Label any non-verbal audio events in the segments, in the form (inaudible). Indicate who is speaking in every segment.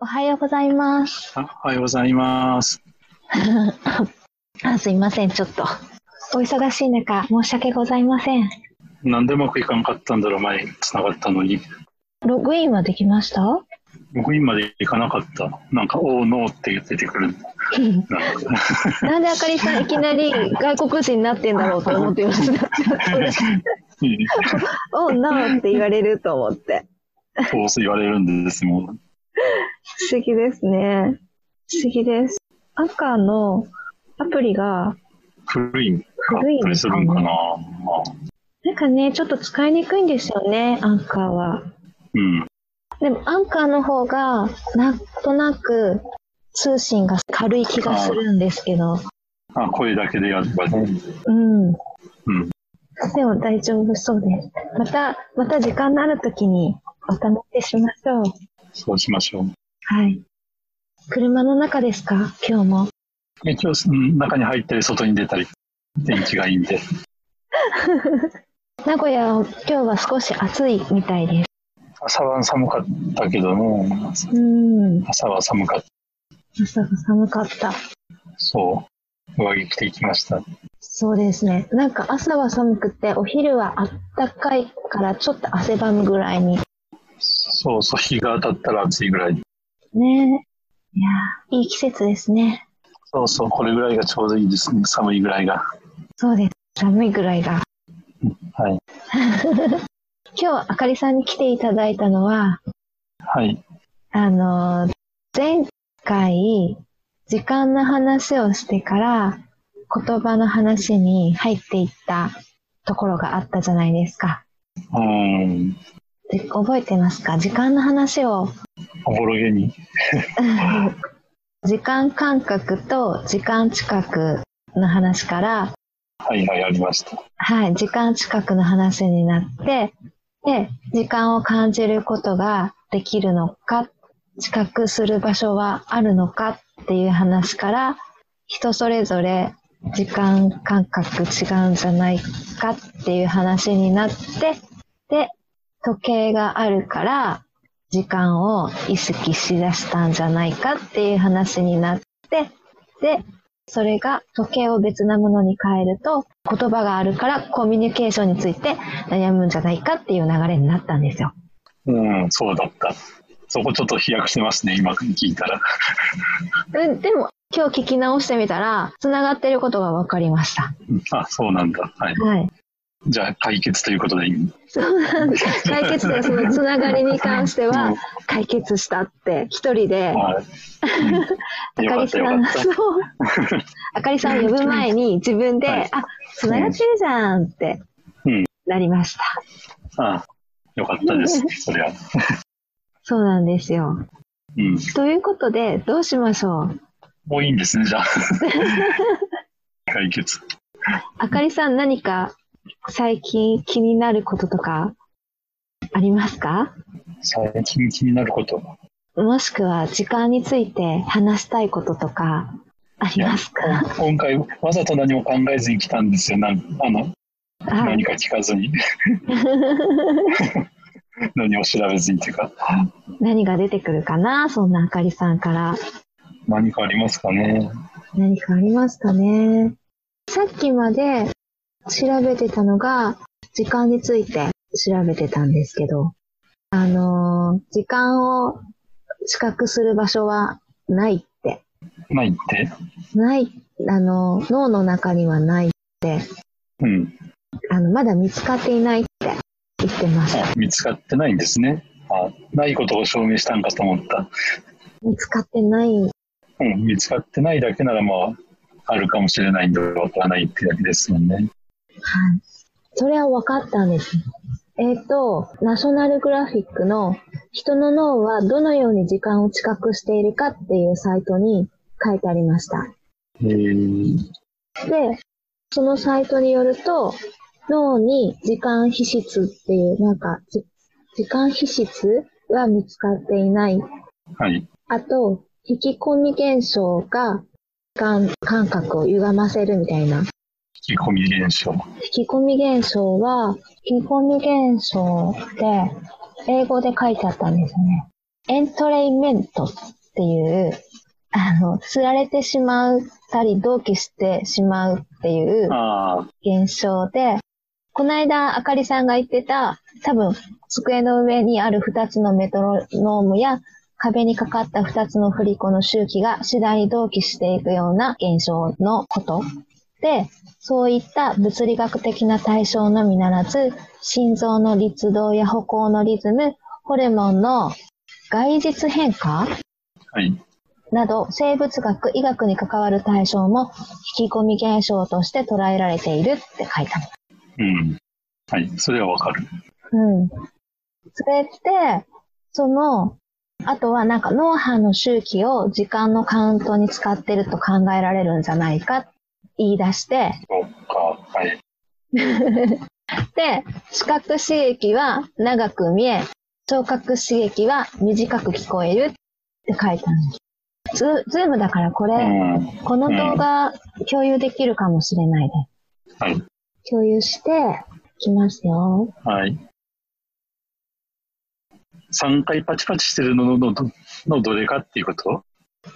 Speaker 1: おはようございます。
Speaker 2: あおはようございます。
Speaker 1: あすいません、ちょっと。お忙しい中、申し訳ございません。
Speaker 2: なんでうまくいかんかったんだろう、前、つながったのに。
Speaker 1: ログインはできました
Speaker 2: 僕今までいかなかった。なんか、おーノーって出てくる。なんか
Speaker 1: なんであかりさんいきなり外国人になってんだろうと思ってました。
Speaker 2: うん
Speaker 1: (laughs)
Speaker 2: (laughs)
Speaker 1: おうなおって言われると思って。
Speaker 2: そうそう言われるんですもん。
Speaker 1: 不思議ですね。不思議です。赤のアプリが、
Speaker 2: 古いか
Speaker 1: 古い
Speaker 2: ったりするんかな。
Speaker 1: の
Speaker 2: まあ
Speaker 1: なんかね、ちょっと使いにくいんですよね、アンカーは。
Speaker 2: うん。
Speaker 1: でも、アンカーの方が、なんとなく、通信が軽い気がするんですけど。
Speaker 2: あ声だけでやればね。
Speaker 1: うん。
Speaker 2: うん。
Speaker 1: でも大丈夫そうです。また、また時間のあるときにお試ししましょう。
Speaker 2: そうしましょう。
Speaker 1: はい。車の中ですか今日も。
Speaker 2: 一応、うん中に入ったり、外に出たり、天気がいいんで。
Speaker 1: 名古屋、今日は少し暑いみたいです。
Speaker 2: 朝は寒かったけども、
Speaker 1: うん。
Speaker 2: 朝は寒かった。
Speaker 1: 朝が寒かった。
Speaker 2: そう。上着着ていきました。
Speaker 1: そうですね。なんか朝は寒くて、お昼はあったかいから、ちょっと汗ばむぐらいに。
Speaker 2: そうそう、日が当たったら暑いぐらい。
Speaker 1: ねいやーいい季節ですね。
Speaker 2: そうそう、これぐらいがちょうどいいですね、寒いぐらいが。
Speaker 1: そうです。寒いぐらいが。
Speaker 2: はい。
Speaker 1: 今日、あかりさんに来ていただいたのは、
Speaker 2: はい。
Speaker 1: あの、前回、時間の話をしてから、言葉の話に入っていったところがあったじゃないですか。
Speaker 2: うーん、
Speaker 1: で覚えてますか時間の話を、
Speaker 2: おぼろげに。
Speaker 1: (laughs) 時間感覚と時間近くの話から、
Speaker 2: はいはい、ありました。
Speaker 1: はい、時間近くの話になって、で、時間を感じることができるのか、近くする場所はあるのかっていう話から、人それぞれ時間感覚違うんじゃないかっていう話になって、で、時計があるから、時間を意識しだしたんじゃないかっていう話になって、で、それが時計を別なものに変えると言葉があるからコミュニケーションについて悩むんじゃないかっていう流れになったんですよ。
Speaker 2: うん、そうだった。そこちょっと飛躍してますね、今聞いたら。 (laughs)
Speaker 1: うんでも今日聞き直してみたら繋がってることが分かりました。
Speaker 2: うんあ、そうなんだ。はい。
Speaker 1: はい。
Speaker 2: じゃあ、解決ということでいい。
Speaker 1: そうなん (laughs) です。解決点、そのつながりに関して
Speaker 2: う
Speaker 1: は
Speaker 2: ん
Speaker 1: 解決したって一人で
Speaker 2: はい。
Speaker 1: あ
Speaker 2: よ
Speaker 1: か
Speaker 2: か
Speaker 1: り
Speaker 2: った
Speaker 1: さ
Speaker 2: よか
Speaker 1: ん
Speaker 2: った。 (laughs)
Speaker 1: そうあかりさんを呼ぶ前に自分で、
Speaker 2: はい
Speaker 1: あ繋がってるじゃんって
Speaker 2: うん
Speaker 1: なりました。
Speaker 2: あよかったですね、それは。
Speaker 1: そうなんですよ。
Speaker 2: うん。
Speaker 1: ということでどうしましょう
Speaker 2: もういいんですね、じゃあ。 (laughs) 解決。
Speaker 1: あかりさん何か最近気になることとかありますか
Speaker 2: 最近気になること。
Speaker 1: もしくは時間について話したいこととかありますか
Speaker 2: 今回、わざと何も考えずに来たんですよ。なんあの
Speaker 1: はい
Speaker 2: 何。か聞かずに何を調べずにっていうか
Speaker 1: (laughs) 何が出てくるかなそんなあかりさんから。
Speaker 2: 何かありますかね
Speaker 1: 何かありますかねさっきまで調べてたのが時間について調べてたんですけど、あのー時間を知覚する場所はないって
Speaker 2: ないって
Speaker 1: ない、あの、脳の中にはない、
Speaker 2: うん
Speaker 1: あの、まだ見つかっていないって言ってました。
Speaker 2: あ見つかってないんですねあないことを証明したんかと思った、
Speaker 1: 見つかってない。
Speaker 2: うん、見つかってないだけならまああるかもしれないんでわからないってだけですもんね
Speaker 1: それは分かったんです。えっ、と、ナショナルグラフィックの人の脳はどのように時間を知覚しているかっていうサイトに書いてありました。
Speaker 2: えー、
Speaker 1: で、そのサイトによると、脳に時間皮質っていう、なんか、じ時間皮質は見つかっていない
Speaker 2: はい
Speaker 1: あと、引き込み現象が時間感覚を歪ませるみたいな。
Speaker 2: 引き込み現象
Speaker 1: 引き込み現象は、引き込み現象って英語で書いてあったんですね。エントレイメントっていう、あの、釣られてしまったり、同期してしまうっていう
Speaker 2: ああ、
Speaker 1: 現象で、この間、あかりさんが言ってた、多分、机の上にある2つのメトロノームや、壁にかかった2つの振り子の周期が次第に同期していくような現象のこと。で、そういった物理学的な対象のみならず、心臓の律動や歩行のリズム、ホルモンの外実変化
Speaker 2: はい。
Speaker 1: など生物学、医学に関わる対象も引き込み現象として捉えられているって書いたの。
Speaker 2: うん。はい。それはわかる。
Speaker 1: うん。それって、その、あとはなんか脳波の周期を時間のカウントに使ってると考えられるんじゃないかって言い出して、
Speaker 2: そうか。はい。
Speaker 1: で、視覚刺激は長く見え、聴覚刺激は短く聞こえるって書いたの。ズズームだからこれ、
Speaker 2: うん。
Speaker 1: この動画共有できるかもしれないで
Speaker 2: はい。
Speaker 1: す。共有して、いきますよ。
Speaker 2: はい。3回パチパチしてるののののどれかっていうこと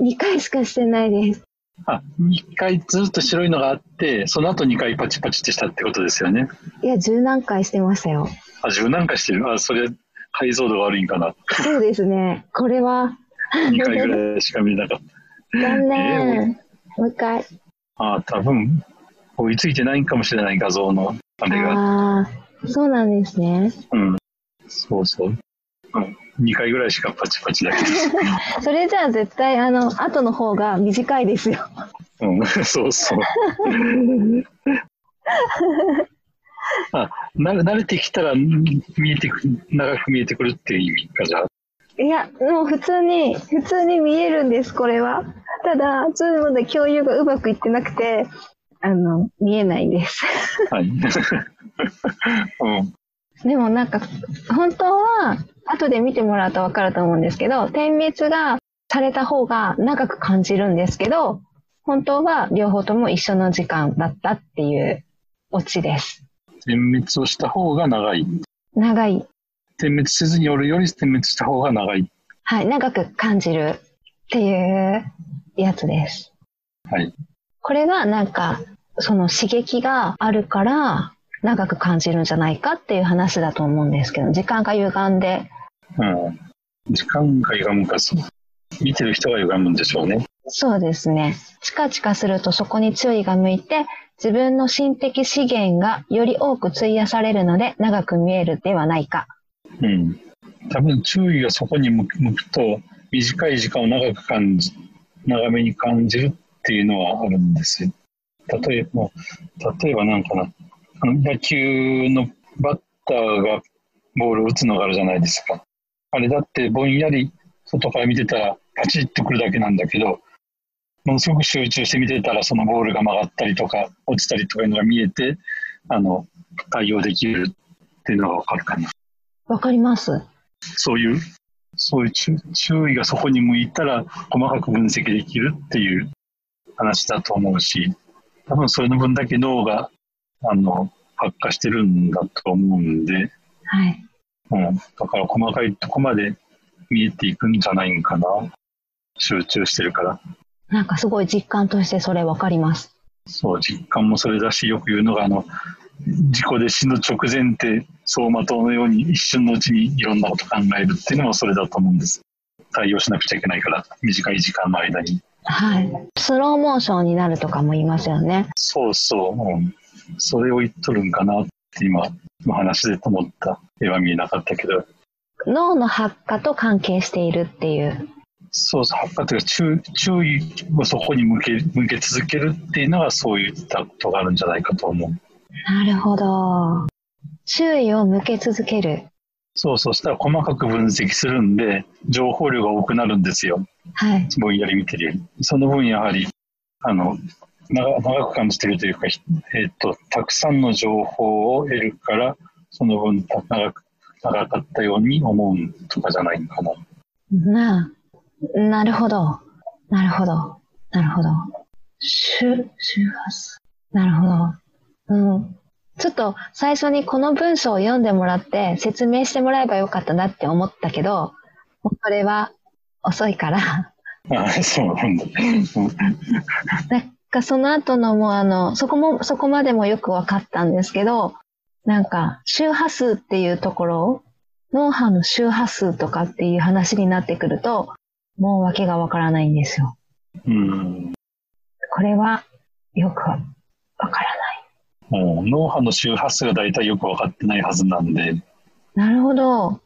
Speaker 1: 2回しかしてないです。
Speaker 2: あ、1回ずっと白いのがあって、その後2回パチパチってしたってことですよね。
Speaker 1: いや、十何回してましたよ。
Speaker 2: あ、自分なんかしてる。あ、それ、解像度が悪いんかな。
Speaker 1: そうですね。これは、
Speaker 2: 2回ぐらいしか見れなかっ
Speaker 1: 残念。もう一回。
Speaker 2: た。あ、多分、追いついてないんかもしれない、画像のあれが。
Speaker 1: ああ、そうなんですね。
Speaker 2: うん。そうそう。うん。2回ぐらいしかパチパチだけです。
Speaker 1: それじゃあ絶対、あの、後の方が短いですよ。
Speaker 2: うん、そうそう。あな慣れてきたら見えてく長く見えてくるっていう意味かじゃあ
Speaker 1: いや、もう普通に、普通に見えるんです、これは。ただ、ズームで共有がうまくいってなくて、あの、見えないんです。
Speaker 2: はい。うん。
Speaker 1: でもなんか、本当は、後で見てもらうとわかると思うんですけど、点滅がされた方が長く感じるんですけど、本当は両方とも一緒の時間だったっていうオチです。
Speaker 2: 点滅をした方が長い。
Speaker 1: 長い。
Speaker 2: 点滅せずにおるより点滅した方が長い。
Speaker 1: はい、長く感じるっていうやつです。
Speaker 2: はい。
Speaker 1: これがなんか、その刺激があるから長く感じるんじゃないかっていう話だと思うんですけど、時間が歪んで、
Speaker 2: うん。時間が歪むか、そう。見てる人が歪むんでしょうね。
Speaker 1: そうですね。チカチカするとそこに注意が向いて、自分の心的資源がより多く費やされるので長く見えるではないか。
Speaker 2: うん。多分注意がそこに向く向くと、短い時間を長く感じ、長めに感じるっていうのはあるんですよ。例えば、例えばなんかな、あの野球のバッターがボールを打つのがあるじゃないですか。あれだってぼんやり外から見てたらパチッとくるだけなんだけど、ものすごく集中して見てたらそのボールが曲がったりとか落ちたりとかいうのが見えて、あの、対応できるっていうのがわかるかな。
Speaker 1: わかります
Speaker 2: そういう、そういう注注意がそこに向いたら、細かく分析できるっていう話だと思うし、多分それの分だけ脳が、あの、発火してるんだと思うんで、
Speaker 1: はい。
Speaker 2: うん、だから細かいとこまで見えていくんじゃないんかな。集中してるから。
Speaker 1: なんかすごい実感としてそれわかります。
Speaker 2: そう、実感もそれだし、よく言うのが、あの、事故で死ぬ直前って、走馬灯のように一瞬のうちにいろんなこと考えるっていうのもそれだと思うんです。対応しなくちゃいけないから、短い時間の間に。
Speaker 1: はい。スローモーションになるとかも言いますよね。
Speaker 2: そうそう、うん、それを言っとるんかなって今、の話でと思った絵は見えなかったけど、
Speaker 1: 脳の発火と関係しているっていう。
Speaker 2: そうそう、発火というか注、注意をそこに向け向け続けるっていうのが、そういったことがあるんじゃないかと思う。
Speaker 1: なるほど。注意を向け続ける。
Speaker 2: そうそうしたら細かく分析するんで、情報量が多くなるんですよ。
Speaker 1: はい。
Speaker 2: ぼんやり見てるより。その分やはり、あの、長長く感じてるというか、ひえっと、たくさんの情報を得るから、その分た長く、長かったように思うとかじゃないのかな。
Speaker 1: なあ。なるほど。なるほど。なるほど。周、周波数。なるほど。うん。ちょっと最初にこの文章を読んでもらって説明してもらえばよかったなって思ったけど、もうそれは遅いから、 (laughs)
Speaker 2: あそうなんだ。
Speaker 1: なんかその後のもうあの、そこも、そこまでもよく分かったんですけど、なんか周波数っていうところ脳波の周波数とかっていう話になってくると、もう訳がわからないんですよ。
Speaker 2: うん。
Speaker 1: これはよくわからない。
Speaker 2: もう、脳波の周波数が大体よく分かってないはずなんで、
Speaker 1: なるほど。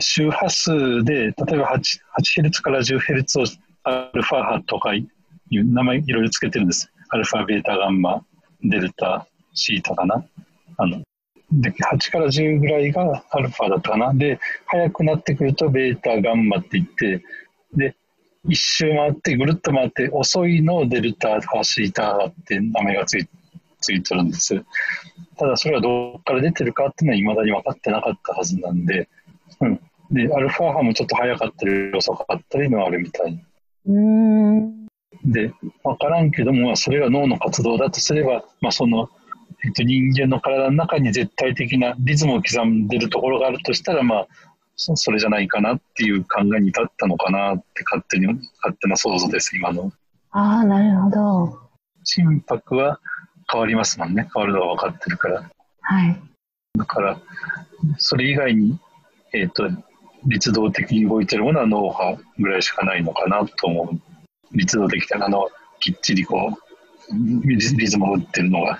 Speaker 2: 周波数で、例えば 8, 8ヘルツから10ヘルツをアルファ波とかいう名前いろいろつけてるんです。アルファ、ベータ、ガンマ、デルタ、シータかな。あので8から10ぐらいがアルファだったかな。で、速くなってくるとベータ、ガンマっていって、で、一周回って、ぐるっと回って、遅いのをデルタとかシータ波って名前がついついてるんです。ただ、それはどこから出てるかっていうのは未だに分かってなかったはずなんで、うん、で、アルファ波もちょっと早かったり遅かったりのあるみたい
Speaker 1: ー
Speaker 2: う
Speaker 1: ん。
Speaker 2: で、分からんけども、まあそれが脳の活動だとすれば、まあ、その、えっと、人間の体の中に絶対的なリズムを刻んでるところがあるとしたら、まあ、そそれじゃないかなっていう考えに至ったのかなって勝手に、勝手な想像です、今の。
Speaker 1: ああ、なるほど。
Speaker 2: 心拍は変わりますもんね。変わるのが分かってるから。
Speaker 1: はい。
Speaker 2: だから、それ以外に、えっ、と、律動的に動いてるものは脳波ぐらいしかないのかなと思う。律動的ってあの、きっちりこう、リリズムを打ってるのが。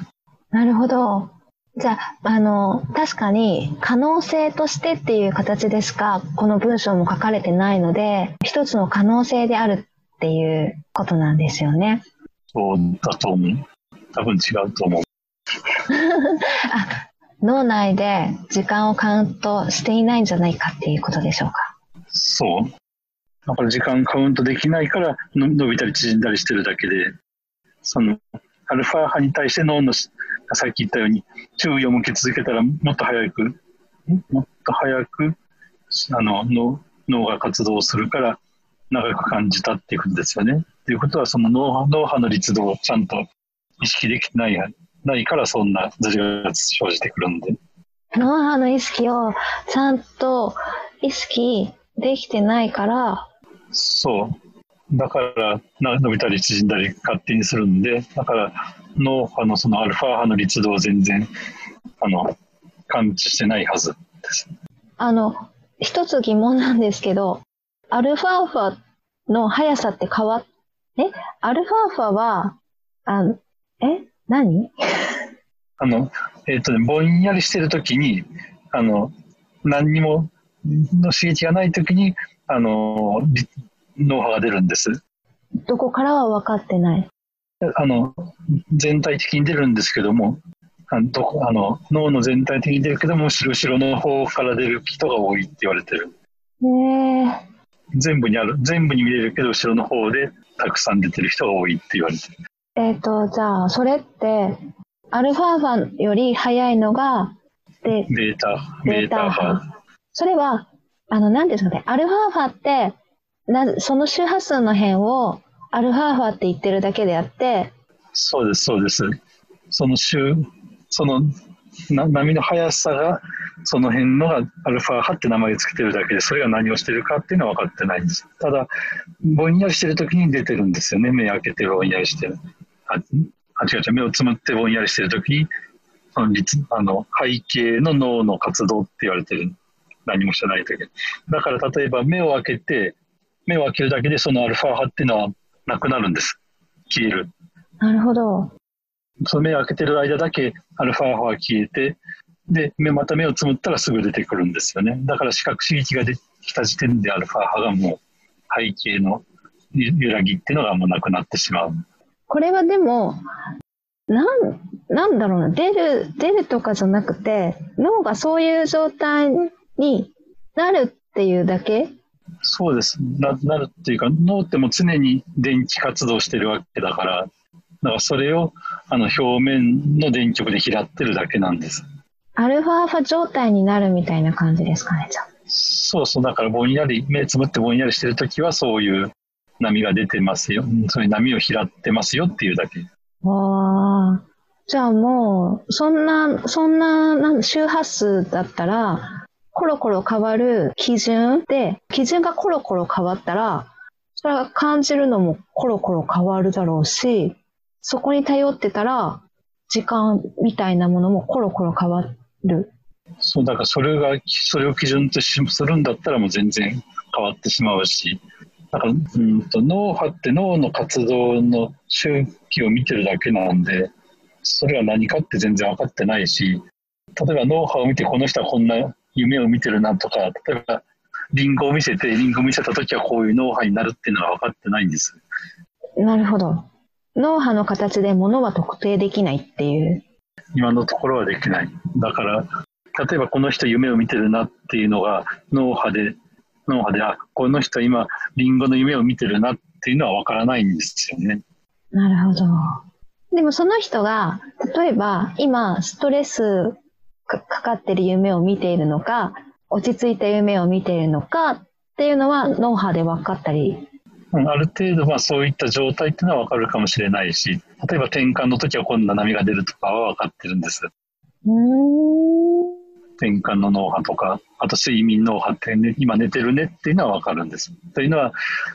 Speaker 1: なるほど。じゃあ、あの、確かに可能性としてっていう形でしか、この文章も書かれてないので、一つの可能性であるっていうことなんですよね。
Speaker 2: そうだと思う。多分違うと思う。
Speaker 1: 脳内で時間をカウントしていないんじゃないかっていうことでしょうか。
Speaker 2: そう。だから時間カウントできないからの伸びたり縮んだりしてるだけで、その、アルファ波に対して脳のし、さっき言ったように、注意を向け続けたらもっと早く、んもっと早く、あの、脳脳が活動するから長く感じたっていうことですよね。ということは、その脳波脳波の律動をちゃんと意識できてない、ないからそんなズレが生じてくるんで。
Speaker 1: 脳波の意識をちゃんと意識できてないから、
Speaker 2: そう。だから、な伸びたり縮んだり勝手にするんで、だから、脳波のそのアルファ波の律動を全然、あの、感知してないはずです。
Speaker 1: あの、一つ疑問なんですけど、アルファーファの速さって変わっ、えアルファーファは、あの、え何
Speaker 2: あの、えっ、とね、ぼんやりしてるときに、あの、何にもの刺激がないときに、あの、り脳波が出るんです。
Speaker 1: どこからは分かってない。
Speaker 2: あの、全体的に出るんですけども、あのどこあの脳の全体的に出るけども、後ろ後ろの方から出る人が多いって言われてる。
Speaker 1: ねえ。
Speaker 2: 全部にある全部に見れるけど後ろの方でたくさん出てる人が多いって言われてる
Speaker 1: えっ、と、じゃあ、それって、アルファーファより速いのが、で、
Speaker 2: ベータベータ波
Speaker 1: それは、あの、なんていうんですかね、アルファーファって、なその周波数の辺を、アルファーファって言ってるだけであって、
Speaker 2: そうですそうですその周そのな波の速さがその辺のがアルファ波って名前をつけてるだけでそれが何をしてるかっていうのは分かってないんですただぼんやりしてる時に出てるんですよね目開けてぼんやりしてるああ違う違う目をつむってぼんやりしてる時にその律あの背景の脳の活動って言われてる何もしてない時だから例えば目を開けて目を開けるだけでそのアルファ波っていうのはなくなるんです消える
Speaker 1: なるほど。
Speaker 2: その目を開けてる間だけアルファ波は消えて、で、目また目をつむったらすぐ出てくるんですよね。だから視覚刺激ができた時点でアルファ波がもう背景の揺らぎっていうのがもうなくなってしまう。
Speaker 1: これはでも、なん、なんだろうな、出る、出るとかじゃなくて、脳がそういう状態になるっていうだけ
Speaker 2: そうです。ななるっていうか、脳ってもう常に電気活動してるわけだから、だからそれをあの表面の電極で拾ってるだけなんです。
Speaker 1: アルファーファ状態になるみたいな感じですかね、じゃあ。
Speaker 2: そうそう、だからぼんやり、目つぶってぼんやりしてるときは、そういう波が出てますよ、うんそういう波を拾ってますよっていうだけ。
Speaker 1: わあ、じゃあもう、そんな、そんな、なん周波数だったら、コロコロ変わる基準で、基準がコロコロ変わったら、それは感じるのもコロコロ変わるだろうし、そこに頼ってたら、時間みたいなものもコロコロ変わる。
Speaker 2: そうだからそれがそれを基準としするんだったらもう全然変わってしまうしだからうんと脳波って脳の活動の周期を見てるだけなんでそれは何かって全然分かってないし例えば脳波を見てこの人はこんな夢を見てるなとか例えばリンゴを見せてリンゴを見せた時はこういう脳波になるっていうのは分かってないんです
Speaker 1: なるほど。脳波の形で物は特定できないっていう。
Speaker 2: 今のところはできないだから例えばこの人夢を見てるなっていうのが脳波で脳波であこの人今リンゴの夢を見てるなっていうのは分からないんですよね。
Speaker 1: なるほど。でもその人が、例えば今ストレスかかかってる夢を見ているのか、落ち着いた夢を見ているのかっていうのは脳波で分かったり。
Speaker 2: うんある程度まあそういった状態っていうのは分かるかもしれないし例えば転換の時はこんな波が出るとかは分かってるんです
Speaker 1: うーん。
Speaker 2: 転換の脳波とかあと睡眠脳波って、ね、今寝てるねっていうのは分かるんです。というのは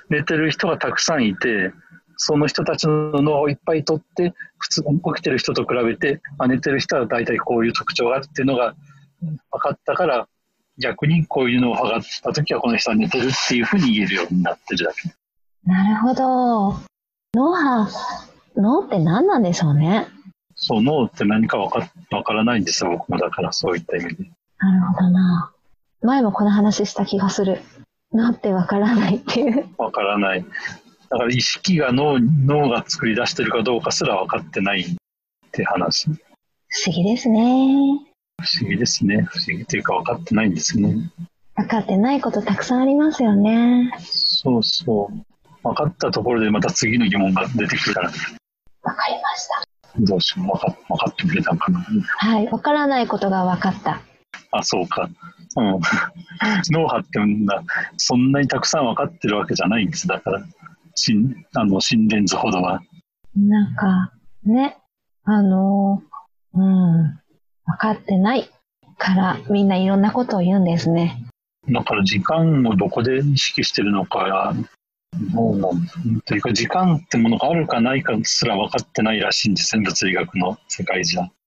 Speaker 2: 寝てる人がたくさんいてその人たちの脳をいっぱい取って普通起きてる人と比べてあ寝てる人は大体こういう特徴があるっていうのが分かったから逆にこういう脳波があった時はこの人は寝てるっていうふうに言えるようになってるだけ。
Speaker 1: なるほど。脳波、脳って何なんでしょうね。
Speaker 2: そう脳って何か分か分からないんですよ僕もだからそういった意味で。
Speaker 1: なるほどな。前もこの話した気がする。脳って分からないっていう。
Speaker 2: わからない。だから意識が脳脳が作り出してるかどうかすら分かってないって話。不
Speaker 1: (laughs) 不思議ですね。
Speaker 2: 思議ですね。不思議というか分かってないんですね。
Speaker 1: 分かってないことたくさんありますよね。
Speaker 2: そうそう。分かったところでまた次の疑問が出てくるから、
Speaker 1: わかりました。
Speaker 2: どうしよう。分か分かってくれたのかな。
Speaker 1: はい。わからないことが分かった。
Speaker 2: あ、そうか。うん。 (laughs) 脳波ってんだ、そんなにたくさん分かってるわけじゃないんです。だから、心あの心電図ほどは。
Speaker 1: なんか、ね。あのーうん。分かってないからみんないろんなことを言うんですね。
Speaker 2: だから時間をどこで意識してるのかや、もう、というか時間ってものがあるかないかすら分かってないらしいんですね、物理学の世界じゃ。